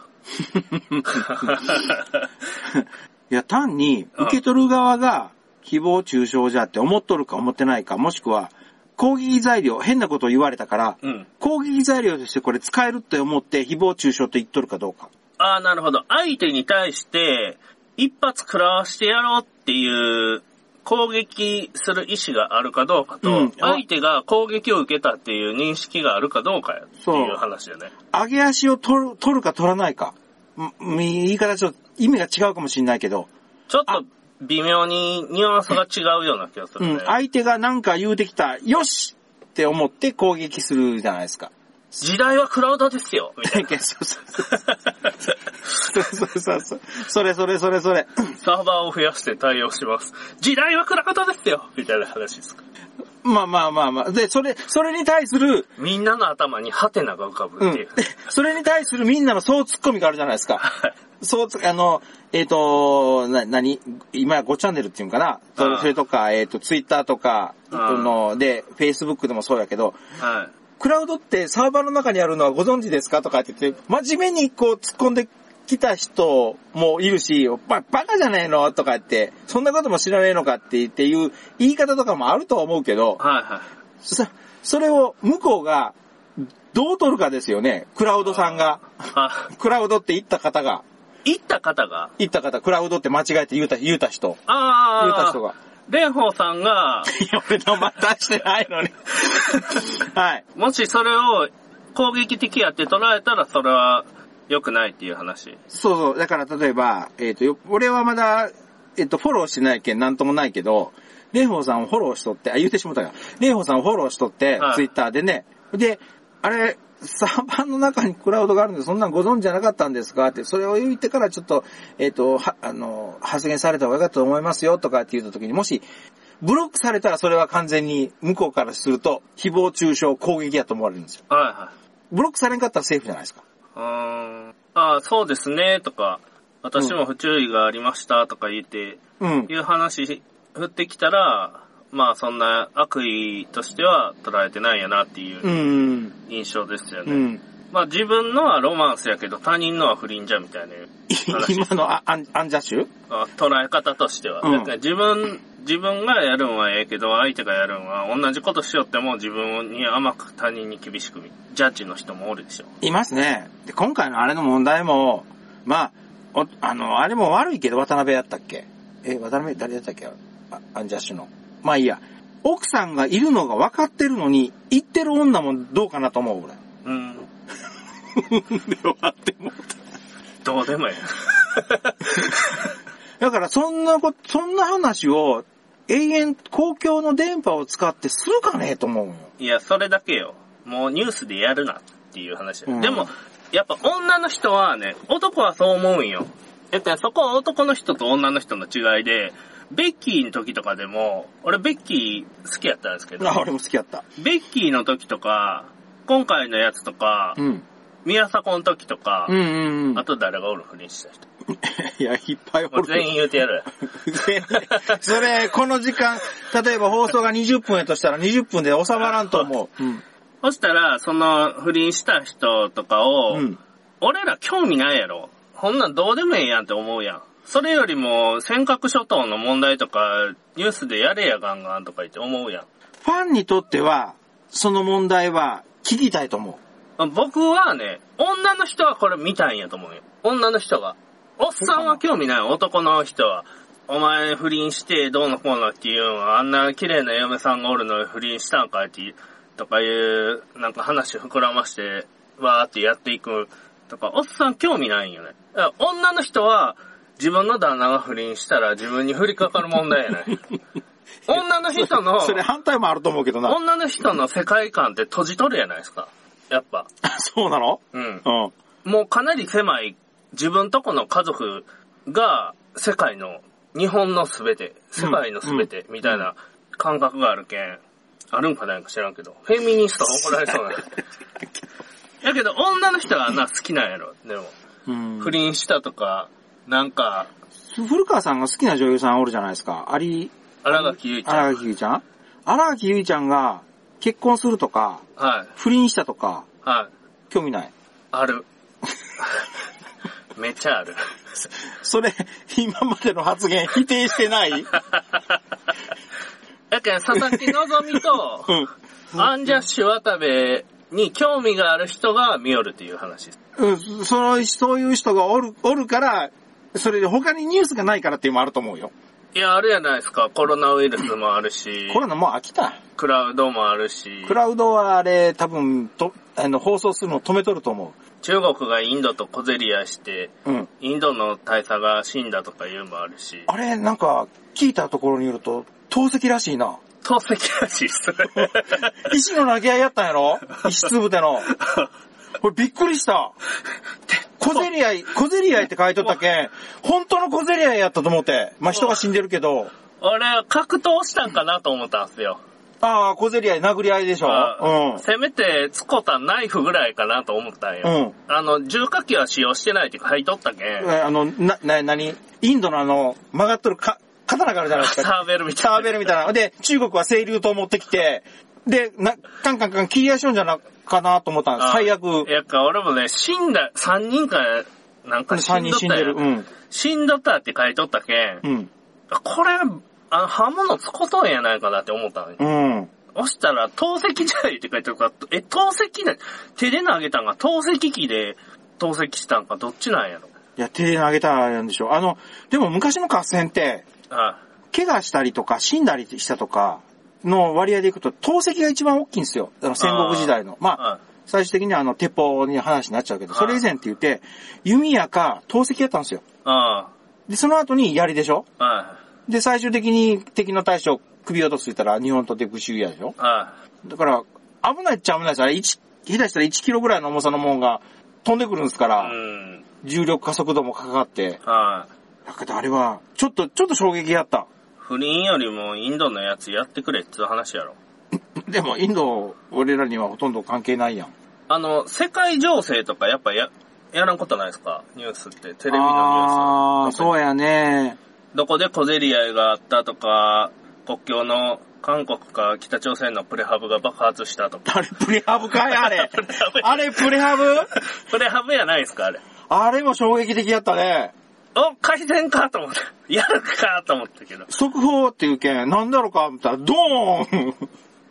や、単に、受け取る側が、誹謗中傷じゃって思っとるか思ってないか、もしくは、攻撃材料、変なことを言われたから、
うん。
攻撃材料としてこれ使えるって思って、誹謗中傷って言っとるかどうか。
ああ、なるほど。相手に対して、一発食らわしてやろうっていう、攻撃する意思があるかどうかと、
うん
相手が攻撃を受けたっていう認識があるかどうかやっていう話だね。
上げ足を取る、取るか取らないか。んん言い方ちょっと意味が違うかもしれないけど、
ちょっと微妙にニュアンスが違うような気がす
う
るね。
ん、相手がなんか言うてきた、よしって思って攻撃するじゃないですか。
時代はクラウドですよ、みたいな。
そう そうそうそうそうそう。それそれそれそれ。
サーバーを増やして対応します。時代はクラウドですよみたいな話ですか。
まあまあまあまあ。で、それ、それに対する、
みんなの頭にハテナが浮かぶ
う
ってい
ん
う。。
それに対するみんなの総ツッコミがあるじゃないですか。そうつ、あの、えっ、と、な、なに、今や5チャンネルっていうんかな。
う
そ
ん
それとか、えっ、と、ツイッターとか、
うん
の、で、Facebook でもそうやけど、
はい。
クラウドってサーバーの中にあるのはご存知ですかとかって言って、真面目にこう突っ込んできた人もいるし、ば、バカじゃないのとかって、そんなことも知らないのかって言っていう言い方とかもあるとは思うけど、
はいはい。
そ、それを向こうがどう取るかですよね。クラウドさんが、
あ、
クラウドって言った方が、
行った方が、
言った方、クラウドって間違えて言うた、言うた人、言う
あ
た
あ、
人が。
蓮舫さんが、
いや、俺名前出してないのに。 はい。
もしそれを攻撃的やって捉えたら、それは良くないっていう話。
そうそう。だから例えば、えっ、とよ、俺はまだ、えっ、と、フォローしてないけんなんともないけど、レイホーさんをフォローしとって、あ、言ってしもたが、レイホーさんをフォローしとって、
はい
ツイッターでね、で、あれ、サーバーの中にクラウドがあるんで、そんなんご存知じゃなかったんですかって、それを言ってからちょっと、えっ、と、は、あの、発言された方が良かったと思いますよ、とかって言った時に、もし、ブロックされたらそれは完全に、向こうからすると、誹謗中傷、攻撃やと思われるんですよ。
は
ブロックされんかったらセーフじゃないですか。
いはい。うーん。ああ、そうですね、とか、私も不注意がありました、とか言って、
うん。。
いう話、振ってきたら、まあそんな悪意としては捉えてないやなっていううん印象ですよ
う
ね。
ん。
まあ自分のはロマンスやけど他人のは不倫じゃみたいな 話
今のアアンアンジャッシュ
あ捉え方としては。
うん
だから自分、自分がやるんはええけど、相手がやるんは同じことしよっても自分に甘く他人に厳しく、ジャッジの人もおるでしょ。
いますね。で、今回のあれの問題も、まあ、おあの、あれも悪いけど渡辺やったっけえ、渡辺誰やったっけあアンジャッシュの。まあいいや。奥さんがいるのが分かってるのに、行ってる女もどうかなと思う、俺。
うん。
で、終わっても
どうでもえ
だから、そんなこと、そんな話を、永遠、公共の電波を使ってするかねと思うよ。
え。いや、それだけよ。もうニュースでやるなっていう話や、
うん
でも、やっぱ女の人はね、男はそう思うんよ。やっぱそこは男の人と女の人の違いで、ベッキーの時とかでも、俺ベッキー好きやったんですけど、
あ、俺も好きやった。
ベッキーの時とか、今回のやつとか
う、ん。
宮迫の時とか
う、んうんうん。
あと誰がおるふりした人。
いや、いっぱいお
もう
る。
全員言うてやる。
全員 それ、この時間、例えば放送が20分やとしたら20分で収まらんと思う。うん。
そしたら、その不倫した人とかを、
うん。
俺ら興味ないやろ。こんなんどうでもええやんって思うやん。それよりも、尖閣諸島の問題とか、ニュースでやれやガンガンとか言って思うやん。
ファンにとっては、その問題は聞きたいと思
僕はね、女の人はこれ見たいんやと思うよ。女の人が。おっさんは興味ない、男の人は。お前不倫してどうのこうのっていうのは、あんな綺麗な嫁さんがおるのに不倫したんかいっていう、とかいう、なんか話膨らまして、わーってやっていくとか、おっさん興味ないんよね。だから女の人は、自分の旦那が不倫したら自分に降りかかる問題 やね。女の人
う。
の、
それ反対もあると思うけどな。
女の人の世界観って閉じとるやないですか。やっぱ。
そうなの
うん。
うん。
もうかなり狭い自分とこの家族が世界の、日本のすべて、世界のすべてみたいな感覚があるけん、あるんかないんか知らんけど、フェミニストが怒られそう なんや。やけど女の人はな好きなんやろ、でも。
うん
不倫したとか、なんか、
古川さんが好きな女優さんおるじゃないですか。有、
荒垣結衣ちゃん。
荒垣結衣ちゃん荒垣結衣ちゃんが結婚するとか、
はい、
不倫したとか、
はい、
興味ない。
ある。 めっちゃある。
それ、今までの発言否定してない
やけん、佐々木希と、
うん。
アンジャッシュ渡部に興味がある人が見よるっていう話です。
うん、その、そういう人がおる、おるから、それで他にニュースがないからっていうのもあると思うよ。
いや、あるやないですか。コロナウイルスもあるし、
コロナもう飽きた。
クラウドもあるし、
クラウドはあれ、多分、と、あの、放送するの止めとると思
中国がインドと小競り合いして、
う。うん。
インドの大佐が死んだとかいうのもあるし、
あれ、なんか、聞いたところによると、透析らしい な。
透析らしいっす。
石の投げ合いやったんやろ石つぶての。これびっくりした。小競り合い、小競り合いって書いとったけん、本当の小競り合いやったと思って。まあ、人が死んでるけど、
俺、格闘したんかなと思ったんすよ。
ああ、小競り合い、殴り合いでしょ
あ
う
せめて、つこたナイフぐらいかなと思ったん
ん。う
よ。
ん。
あの、重火器は使用してないって書いとったけ
え
ん、
ーあの、な、な、なに、インドのあの、曲がっとるか、刀があるじゃないですか。
サーベルみたい
サ
な。
ーベルみたいな。で、中国は清流刀持ってきて、で、な、カンカンカン切り合いしようんじゃな、かなと思ったんです。
あ
最悪
い。や、か俺もね、死んだ、3人か、なんか死
3
ん
人
どっ
死ん
た
で
や
る。うん。
死んどったって書いとったけん、
うん。
これ、あの、刃物つことんやないかなって思ったのに。
うん。
押したら、透析じゃないって書いてあるから、え、透析ね、手で投げたんが透析機で透析したんか、どっちなんやろ。
いや、手投げたらなんでしょう。あの、でも昔の合戦って、
あ
怪我したりとか、死んだりしたとか、の割合でいくと、投石が一番大きいんですよ。あの戦国時代の。まあ、
あ、
最終的にはあの、鉄砲に話になっちゃうけど、それ以前って言って、弓矢か投石やったんですよ。
あ
で、その後に槍でしょ
あ、あ
で、最終的に敵の大将、首をとついたら日本とでぐしゅうやでしょ
あ、あ
だから、危ないっちゃ危ないです。あれ、1、下手したら1キロぐらいの重さのもんが飛んでくるんですか
あ、う
ら、
ん、
重力加速度もかかって。
ああ。
だけどあれは、ちょっと、ちょっと衝撃やった。
不倫よりもインドのやつやってくれっつう話やろ。
でも、インド、俺らにはほとんど関係ないやん。
あの、世界情勢とかやっぱや、やらんことないですかニュースって、テレビのニュ
あ
ー
ー
ス。
そうやね。
どこで小競り合いがあったとか、国境の韓国か北朝鮮のプレハブが爆発したとか。
あれ、プレハブかいあ れ。あれ、プレハブ
プレハブやないですかあれ。
あれも衝撃的やったね。
お、改善かと思って。やるかと思ったけど。い
速報っていうけん、なんだろうか、みたいな、ドーン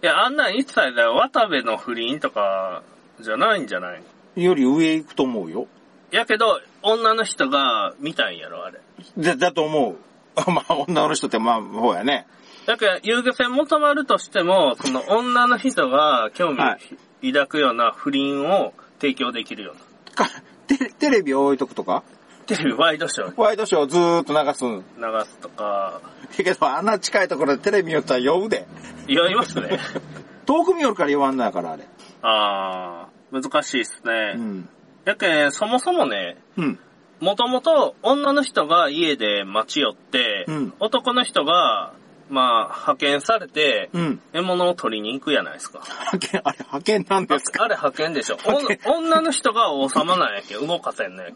や、あんなん一切だよ。渡部の不倫とか、じゃないんじゃない
より上行くと思うよ。
やけど、女の人が見たんやろ、あれ。
だ、だと思う。 まあ、女の人って、まあ、ほうやね。
だから、遊漁船求まるとしても、その女の人が興味
は
を抱くような不倫を提供できるような。
かテレテレビ置いとくとか、
テレビワイドショー
ワイドショーずーっと流すん。
流すとか、
けど、あんな近いところでテレビ見よったら呼ぶで。
酔いますね。
遠く見よるから呼ばんのやから、あれ。
あー、難しいっすね。
うん。
やけん、そもそもね、
うん。
もともと女の人が家で待ち寄って、
うん
男の人が、まあ、派遣されて、
うん。
獲物を取りに行くやないです か。
派遣、あれ派遣なんですか
あれ派遣でしょ。お女の人が王様なんやけん、動かせんのやけん。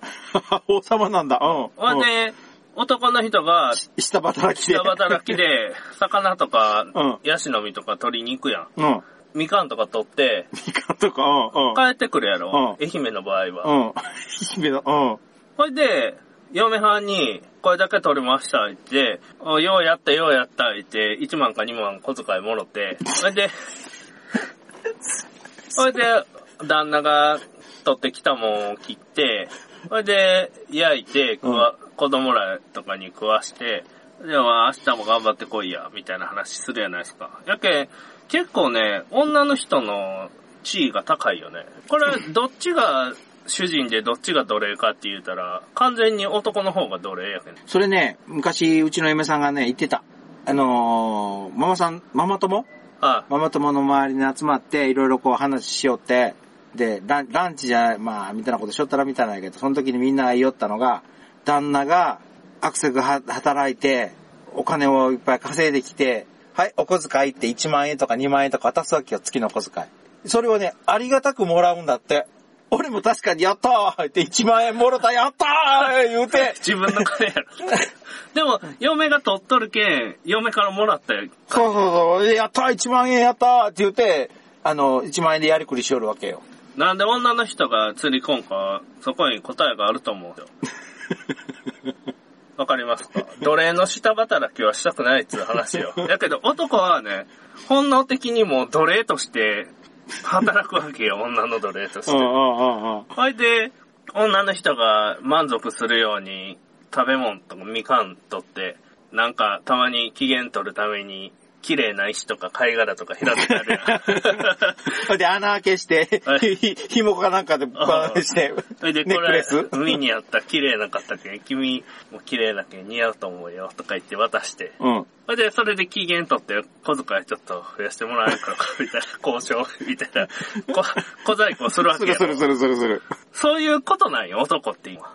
王様なんだ。うん。
ほん
うん
で、男の人が、
下働きで。
下働きで、魚とか
うん、
ヤシの実とか取りに行くやん。
うん。
みかんとか取って、
みかんとか、うん、
帰ってくるやろ。
う
愛媛の場合は。
うん。うん。 姫の、うん。
ほいで、嫁はんに、これだけ取れました、言って、おようやった、ようやった、言って、1万か2万小遣いもろて、ほいで、ほいで、旦那が取ってきたもんを切って、ほいで、焼いて、食わ、子供らとかに食わして、では明日も頑張ってこいや、みたいな話するやないですか。やけん、結構ね、女の人の地位が高いよね。これ、どっちが主人でどっちが奴隷かって言うたら、完全に男の方が奴隷やけん。
それね、昔、うちの嫁さんがね、言ってた。あのーママさん、ママ友
あ
ママ友の周りに集まって、いろいろこう話しよって、で、ランランチじゃ、まあ、みたいなことしよったらみたいなんやけど、その時にみんなが言おったのが、旦那が、アクセがは働いて、お金をいっぱい稼いできて、はい、お小遣いって1万円とか2万円とか渡すわけよ、月の小遣い。それをね、ありがたくもらうんだって。俺も確かにやったーって1万円もろたやったー言う て、
自分の金やろ。 でも、嫁が取っとるけん、嫁からもらったよ。
そうそうそう、やったー !1 万円やったーって言って、あの、1万円でやりくりしよるわけよ。
なんで女の人が釣り込んか、そこに答えがあると思うよ。 わかりますか奴隷の下働きはしたくないっつう話 よ。だけど男はね、本能的にもう奴隷として働くわけよ、女の奴隷とし
うんう
て。
んうんうん。
ほいで、女の人が満足するように食べ物とかみかん取って、なんかたまに機嫌取るために綺麗な石とか貝殻とか拾ってあるやん。
それで穴開けして
は、い
ひ、ひ紐かなんかでバーンして、
それで、
ネ
こ
ックレ
れ
ス、
海にあった綺麗な方けん、君も綺麗なけん似合うと思うよ、とか言って渡して。
うん。
それで、それで期限取って、小遣いちょっと増やしてもらえんから、みたいな、交渉、 みたいな、こ小細工をするわ
す
け
る
や
するす
ろ。
るするする。
そういうことなんよ、男って今。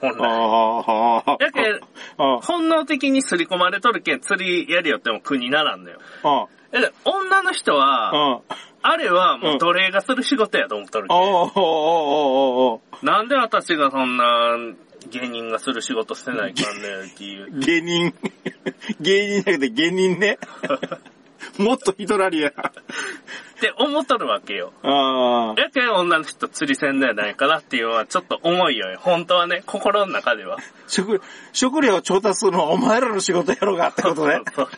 本
あ
来。
あ、ああ。
やけん、
あ
本能的に刷り込まれとるけん、釣りやりよっても苦にならんのよ。
あ、
え、で女の人
あ
は、
あ、
あれはもう奴隷がする仕事やと思っとるけん
おおおおおお
なんで私がそんな芸人がする仕事してないかんねんっていう。
芸人。 芸人じゃなくて芸 人ね。もっとヒトラリア。
って思っとるわけよ。
ああ。
やけん女の人釣りせんじゃないかなっていうのはちょっと重いよね。本当はね、心の中では。
食、食料を調達するのはお前らの仕事やろうがってことね。
そうそう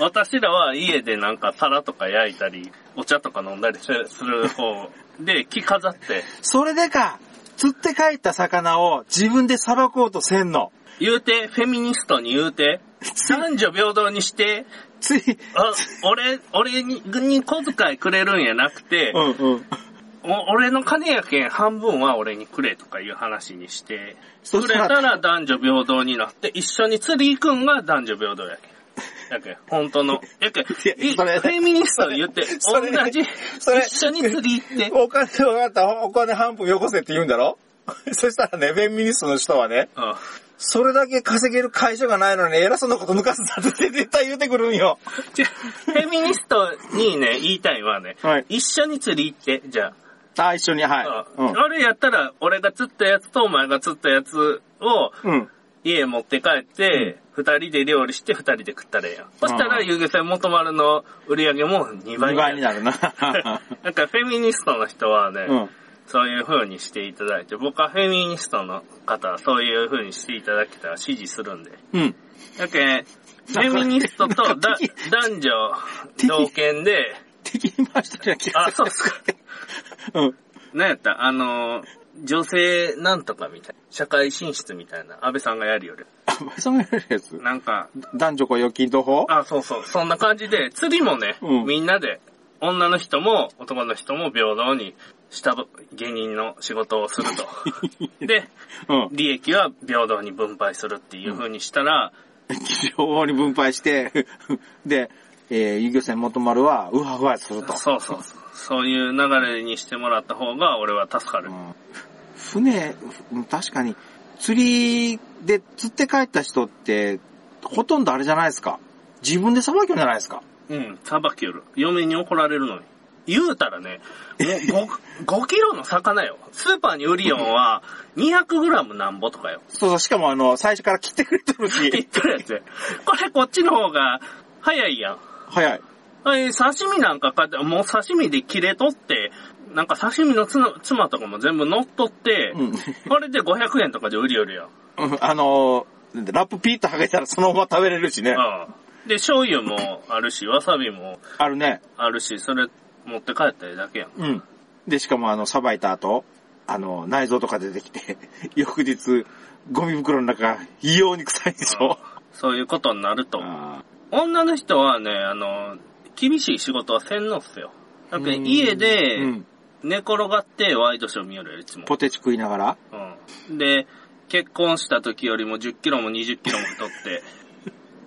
私らは家でなんか皿とか焼いたり、お茶とか飲んだりする方で着飾って、
それでか、釣って帰った魚を自分で捌こうとせんの。
言うて、フェミニストに言うて、男女平等にして、
つい、
あ俺、俺にに小遣いくれるんやなくて、
うんうん。
お俺の金やけん半分は俺にくれとかいう話にして、
そ
く
した
れ
ら
たら男女平等になって、一緒に釣り行くんが男女平等やけん。やけん、本当の。やけん、
いや
いフ
それ
ェミニスト言って、 同
それ
じ、
それ
一緒に釣り行 って。
お金を分かった、お金半分よこせって言うんだろ そしたらね、フェミニストの人はね、
うん
それだけ稼げる会社がないのに偉そうなこと抜かすなんて絶対言うてくるんよ。
じゃフェミニストにね、言いたいのはね、
はい
一緒に釣り行って、じゃあ、
あ、一緒に、は
うんあれやったら、俺が釣ったやつとお前が釣ったやつを、
い。うん。
家持って帰って、二、人で料理して二人で食ったらええやん。そしたら、
うん
遊漁船元丸の売り上げも2倍
2倍にな
る。
る な。
なんかフェミニストの人はね、
うん。
そういう風にしていただいて、僕はフェミニストの方はそういう風にしていただけたら支持するんで。
うん。
だけんフェミニストとだ男女同権で、
敵に回してるやん気が
あ、
す
そ
る
うっすか。
うん。
なんやったあの、女性なんとかみたいな。社会進出みたいな。安倍さんがやるより。
あ、まあそういうやつ。
なんか、
男女雇用均等法
あ、そうそう。そんな感じで、釣りもね、
うん
みんなで、女の人も男の人も平等にした芸人の仕事をする と。で、
うん。
利益は平等に分配するっていう風にしたら、
両方に分配して、 で、えー、遊漁船元丸は、うわうわすると。
そうそうそう。そういう流れにしてもらった方が俺は助かる。
うん船、ふ確かに、釣りで釣って帰った人って、ほとんどあれじゃないですか。自分でさばきょんじゃないですか。
うん、さばきよる。嫁に怒られるのに。言うたらね、もう 5, 5キロの魚よ。スーパーに売りよんは200グラムなんぼとかよ。
そうそう、しかもあの、最初から切ってくれてる
言っ
し、
てるやつやこれこっちの方が早いやん。
早い。
えー刺身なんか買って、もう刺身で切れとって、なんか刺身のつの妻とかも全部乗っとって、
うん。
これで500円とかで売りよるよ。
うんあのー、ラップピーッと剥げたらそのまま食べれるしね。
うん。で、醤油もあるし、わさびも
あるね。
あるし、それ持って帰ったりだけやん。
うん。で、しかもあの、さばいた後、あの、内臓とか出てきて、 翌日、ゴミ袋の中、異様に臭いでしょ。
そういうことになると。
あ
女の人はね、あの、厳しい仕事はせんのっすよ。だって
うん
家
ー
で
うん。
寝転がってワイドショー見よるよ、いつも。
ポテチ食いながら、
うん。で、結婚した時よりも10キロも20キロも太って、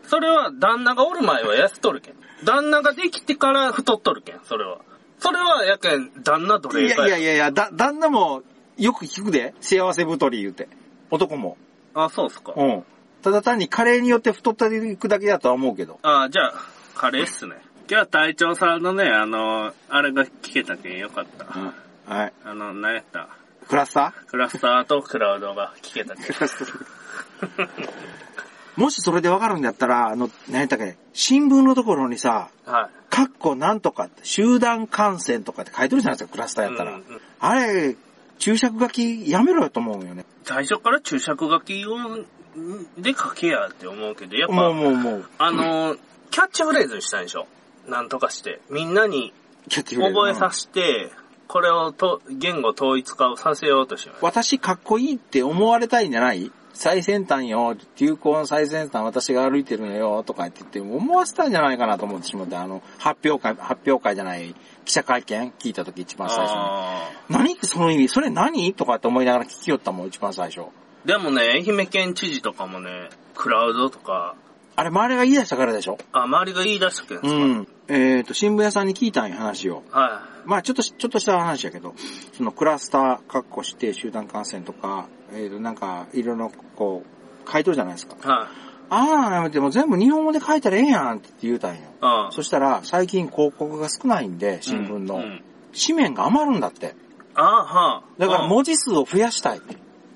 それは旦那がおる前は痩せとるけん。旦那ができてから太っとるけん、それは。それはやけん、旦那奴
い
隷かよ
やいやいやいや、だ、旦那もよく聞くで、幸せ太り言うて。男も。
あ、そうっすか。
うん。ただ単にカレーによって太っていくだけだとは思うけど。
あ、じゃあ、カレーっすね。今日は隊長さんのね、あの、あれが聞けたけんよかった。
はい。
あの、何やった
クラスタ
クラスターとクラウドが聞けたけん
ー。クラスター。もしそれでわかるんだったら、あの、何やったっけ、新聞のところにさ、
はい。
かっこなんとかって、集団感染とかって書いてるじゃないですか、クラスターやったら。
うんうん
あれ、注釈書きやめろよと思うよね。
最初から注釈書きを、んで書けやって思うけど、やっぱ、
もうもうもう。
あのー、キャッチフレーズにしたんでしょなんとかして。みんなに
キャッチフレーズ
覚えさせて、これをと言語統一化をさせようとします。
私かっこいいって思われたいんじゃない最先端よ、流行の最先端私が歩いてるのよ、とかって言って思わせたんじゃないかなと思ってしまって、あの、発表会、発表会じゃない、記者会見聞いた時一番最初に。
あ
何ってその意味それ何とかって思いながら聞きよったもん、一番最初。
ーでもね、愛媛県知事とかもね、クラウドとか、
あれ、周りが言い出したからでしょ
あ、周りが言い出したけど
う
さ、
ん。えっ、と、新聞屋さんに聞いたんよ、話を。
は
まあちょっとし、ちょっとした話やけど、そのクラスター、括弧して集団感染とか、えっ、と、なんか、いろいろ、こう、書いとるじゃないですか。
い。はい。
ああ、やめて、もう全部日本語で書いたらええやんって言うたんよ。
あ
そしたら、最近広告が少ないんで、新聞の。
うんうん
紙面が余るんだって。
ああ、はあ。
だから文字数を増やしたい。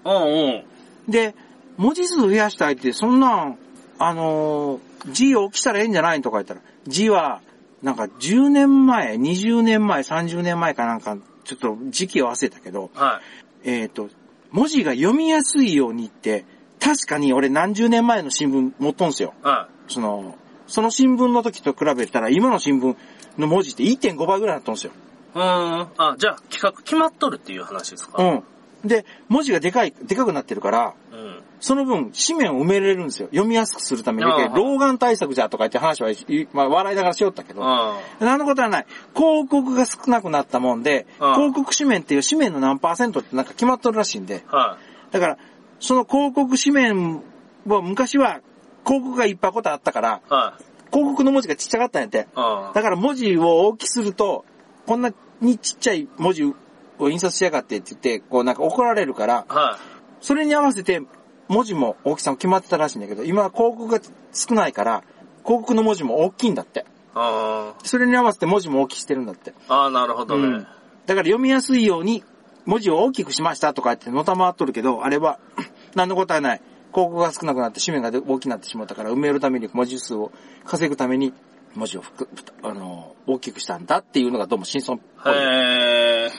うん、うん、うん。
で、文字数増やしたいって、そんなん、あのー字を大きしたらええんじゃないんとか言ったら、字は、なんか10年前、20年前、30年前かなんか、ちょっと時期を忘れたけど、
はい。
えっ、と、文字が読みやすいようにって、確かに俺何十年前の新聞持っとんすよ。
は
その、その新聞の時と比べたら、今の新聞の文字って1.5倍ぐらいになったんですよ。
い。うーん。あ、じゃあ企画決まっとるっていう話ですか
うん。で、文字がでかい、でかくなってるから、
うん。うん。
その分、紙面を埋めれるんですよ。読みやすくするために
ああ。
老眼対策じゃとか言って話は、いまあ、笑いながらしよったけど。何のことはない。広告が少なくなったもんで、
ああ
広告紙面っていう紙面の何パーセントってなんか決まっとるらしいんで。
は
だから、その広告紙面は昔は広告がいっぱいことあったから、
い。はい。
広告の文字がちっちゃかったんやって。
あ
だから文字を大きくすると、こんなにちっちゃい文字を印刷しやがってって言って、こうなんか怒られるから、
あ。はい。
それに合わせて文字も大きさも決まってたらしいんだけど、今は広告が少ないから、広告の文字も大きいんだって。
あ
それに合わせて文字も大きくしてるんだって。
あ。ああ、なるほどね。
うんだから読みやすいように文字を大きくしましたとか言ってのたまわっとるけど、あれは 何のことはない。広告が少なくなって紙面が大きくなってしまったから埋めるために文字数を稼ぐために文字をふくふたあの大きくしたんだっていうのがどうも真相っぽい。
へえ。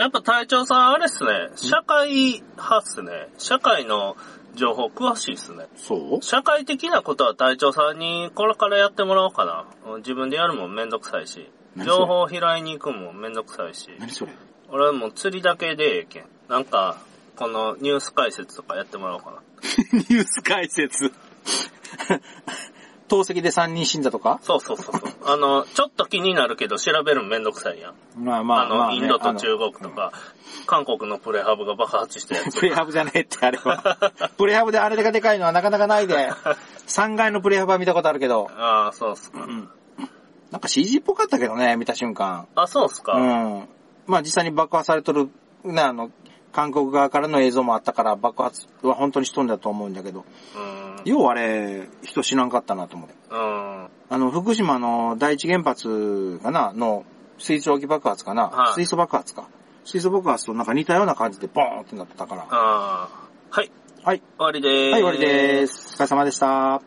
やっぱ隊長さん、あれっすね。社会派っすね。社会の情報詳しいっすね。
そう
社会的なことは隊長さんにこれからやってもらおうかな。自分でやるもんめんどくさいし。
何それ
情報を拾いに行くもんめんどくさいし。
何それ
俺はもう釣りだけでええけん。なんか、このニュース解説とかやってもらおうかな。
ニュース解説。 透析で3人死んだとか
そうそうそうそう。あの、ちょっと気になるけど調べるのめんどくさいやん。
まあま
あ
あ
の、
まあ、
インドと
あ
中
の
国とか、韓国のプレハブが爆発したやつ。
プ レハブじゃねえってあ れは。プレハブであれがでかいのはなかなかないで。3階のプレハブは見たことあるけど。
ああ、そうっすか。
なんか CG っぽかったけどね、見た瞬間。
あ、そうっすか。
うん。まあ実際に爆破されとる、ね、あの、韓国側からの映像もあったから爆発は本当にしとんだと思うんだけど、
うん。
ようあれ、人死なんかったなと思って。
うん。
あの、福島の第一原発かなの水素置き爆発かな、
はい
水素爆発か。水素爆発となんか似たような感じでボーンってなってたから。
ああ。はい。
はい。
終わりでーす。
はい、終わりでーす。お疲れ様でした。